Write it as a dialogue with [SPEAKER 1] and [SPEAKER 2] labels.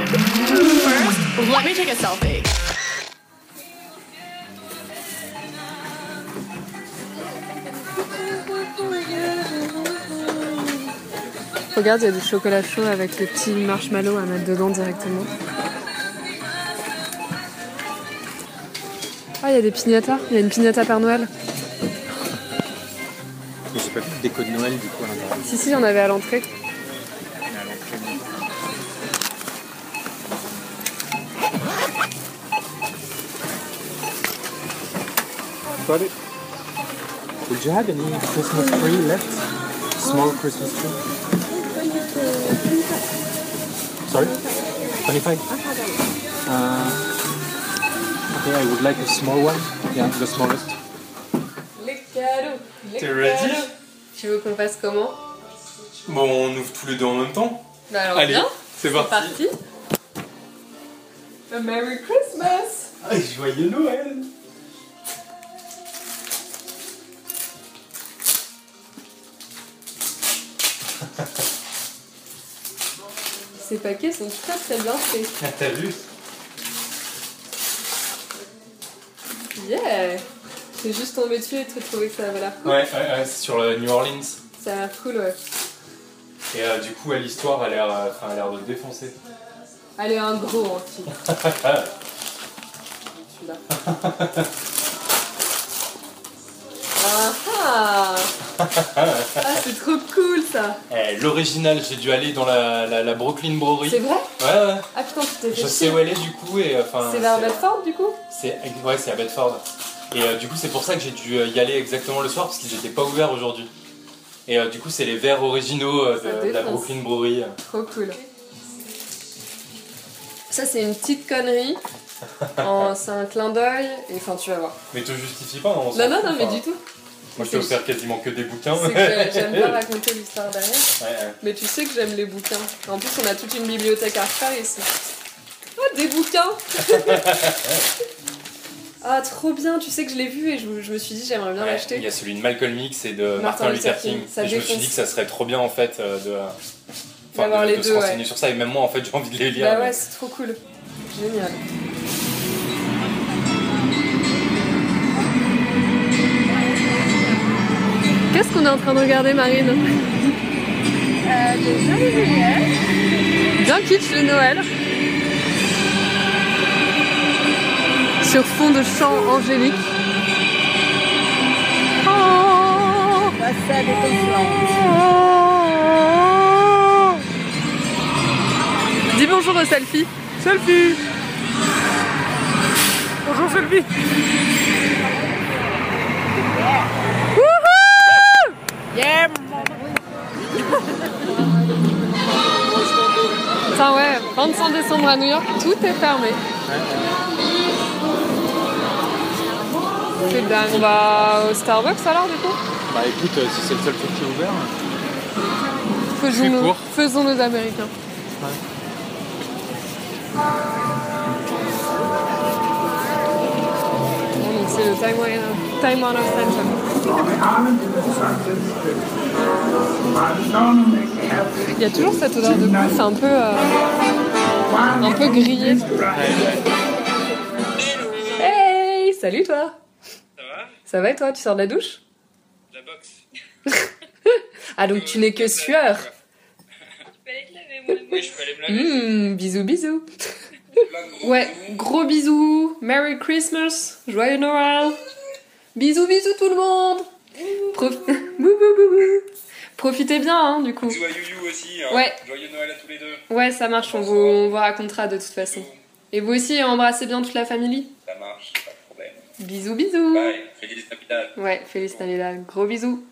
[SPEAKER 1] First, let me take a selfie.
[SPEAKER 2] Regarde, il y a du chocolat chaud avec le petit marshmallow à mettre dedans directement. Ah, il y a des pignatas. Il y a une pignata Père Noël.
[SPEAKER 3] Mais c'est pas plus des codes Noël du coup à l'intérieur.
[SPEAKER 2] Si, si, il y en avait à l'entrée.
[SPEAKER 3] Got it. Would you have any Christmas tree left? Small Christmas tree? Sorry? 25? Uh, okay, I would like a small one. Yeah, the smallest.
[SPEAKER 2] Les cadeaux.
[SPEAKER 4] T'es ready
[SPEAKER 2] Tu veux qu'on fasse comment
[SPEAKER 4] Bon, on ouvre tous les deux en même temps.
[SPEAKER 2] Bah alors,
[SPEAKER 4] Allez,
[SPEAKER 2] bien,
[SPEAKER 4] c'est
[SPEAKER 2] c'est
[SPEAKER 4] parti.
[SPEAKER 2] parti. Merry Christmas
[SPEAKER 4] Ah, Joyeux Noël
[SPEAKER 2] Ces paquets sont très très bien faits.
[SPEAKER 4] Ah, t'as vu
[SPEAKER 2] Yeah J'ai juste tombé dessus et tu trouvais que ça avait l'air cool.
[SPEAKER 4] Ouais, ouais, ouais, c'est sur le New Orleans.
[SPEAKER 2] Ça a l'air cool, ouais.
[SPEAKER 4] Et euh, du coup, à l'histoire, elle a l'air euh, enfin, elle a l'air de le défoncer.
[SPEAKER 2] Allez, un gros anti. Celui-là. Ah ah Ah, c'est trop cool ça
[SPEAKER 4] Eh, L'original, j'ai dû aller dans la, la, la Brooklyn Brewery.
[SPEAKER 2] C'est
[SPEAKER 4] Ouais,
[SPEAKER 2] vrai
[SPEAKER 4] ouais.
[SPEAKER 2] Ah putain, tu t'es fait
[SPEAKER 4] Je sais
[SPEAKER 2] chier.
[SPEAKER 4] où elle est du coup et euh, enfin.
[SPEAKER 2] C'est vers Bedford du coup
[SPEAKER 4] C'est ouais, c'est à Bedford. Et euh, du coup, c'est pour ça que j'ai dû euh, y aller exactement le soir parce qu'ils n'étaient pas ouverts aujourd'hui. Et euh, du coup, c'est les verres originaux euh,
[SPEAKER 2] Ça
[SPEAKER 4] de, de la
[SPEAKER 2] défonce.
[SPEAKER 4] Brooklyn Brewery.
[SPEAKER 2] Trop cool. Ça, c'est une petite connerie. En- c'est un clin d'œil. Et enfin, tu vas voir.
[SPEAKER 4] Mais te justifie pas, hein, on s'en
[SPEAKER 2] Non, non,
[SPEAKER 4] fout,
[SPEAKER 2] non, mais
[SPEAKER 4] enfin,
[SPEAKER 2] du tout.
[SPEAKER 4] Moi, je
[SPEAKER 2] c'est-
[SPEAKER 4] t'ai offert quasiment que des bouquins.
[SPEAKER 2] C'est que j'aime pas raconter l'histoire derrière.
[SPEAKER 4] Ouais, ouais.
[SPEAKER 2] Mais tu sais que j'aime les bouquins. En plus, on a toute une bibliothèque à refaire ici. Ah, des bouquins Ah, trop bien Tu sais que je l'ai vu et je, je me suis dit, j'aimerais bien
[SPEAKER 4] Ouais,
[SPEAKER 2] l'acheter.
[SPEAKER 4] Il y a celui de Malcolm X et de
[SPEAKER 2] Martin
[SPEAKER 4] Martin, Luther
[SPEAKER 2] Luther King.
[SPEAKER 4] King.
[SPEAKER 2] Ça
[SPEAKER 4] Et je me suis
[SPEAKER 2] défonce.
[SPEAKER 4] dit que ça serait trop bien en fait euh, de, euh, enfin,
[SPEAKER 2] D'avoir
[SPEAKER 4] de-
[SPEAKER 2] les
[SPEAKER 4] de se
[SPEAKER 2] deux, ouais.
[SPEAKER 4] renseigner sur ça. Et même moi en fait j'ai envie de les lire.
[SPEAKER 2] Bah
[SPEAKER 4] donc.
[SPEAKER 2] ouais, c'est trop cool. Génial. Qu'est-ce qu'on est en train de regarder, Marine Euh, Bien kitsch le Noël. Sur fond de chant angélique. Oh Dis bonjour au selfie. Selfie Bonjour selfie Putain ouais, 25 décembre à New York, tout est fermé. C'est dingue. On va au Starbucks alors du coup
[SPEAKER 3] Bah écoute, euh, si c'est le seul truc qui est ouvert.
[SPEAKER 2] Faisons nos,
[SPEAKER 3] pour.
[SPEAKER 2] faisons nos Américains. Bon, donc C'est le euh, Time Warner- Time Warner Center. Il y a toujours cette odeur de boue, c'est un peu, euh, un peu grillé. Hey, salut toi
[SPEAKER 5] Ça va
[SPEAKER 2] Ça va et toi Tu sors de la douche
[SPEAKER 5] La boxe.
[SPEAKER 2] Ah donc tu n'es que sueur
[SPEAKER 5] Oui, je peux aller me laver.
[SPEAKER 2] Hum, bisous bisous Ouais, gros bisous, Merry Christmas, Joyeux Noël, bisous bisous tout le monde Prof- Bou, bou, bou, bou. Profitez bien hein, du coup.
[SPEAKER 5] Bisous à Youyou aussi. hein.
[SPEAKER 2] Ouais.
[SPEAKER 5] Joyeux Noël à tous les deux.
[SPEAKER 2] Ouais, ça marche, on vous, on vous racontera de toute façon. Et vous aussi, embrassez bien toute la famille.
[SPEAKER 5] Ça marche, pas de problème.
[SPEAKER 2] Bisous bisous
[SPEAKER 5] Bye. Feliz Navidad.
[SPEAKER 2] Ouais, Feliz Navidad, gros bisous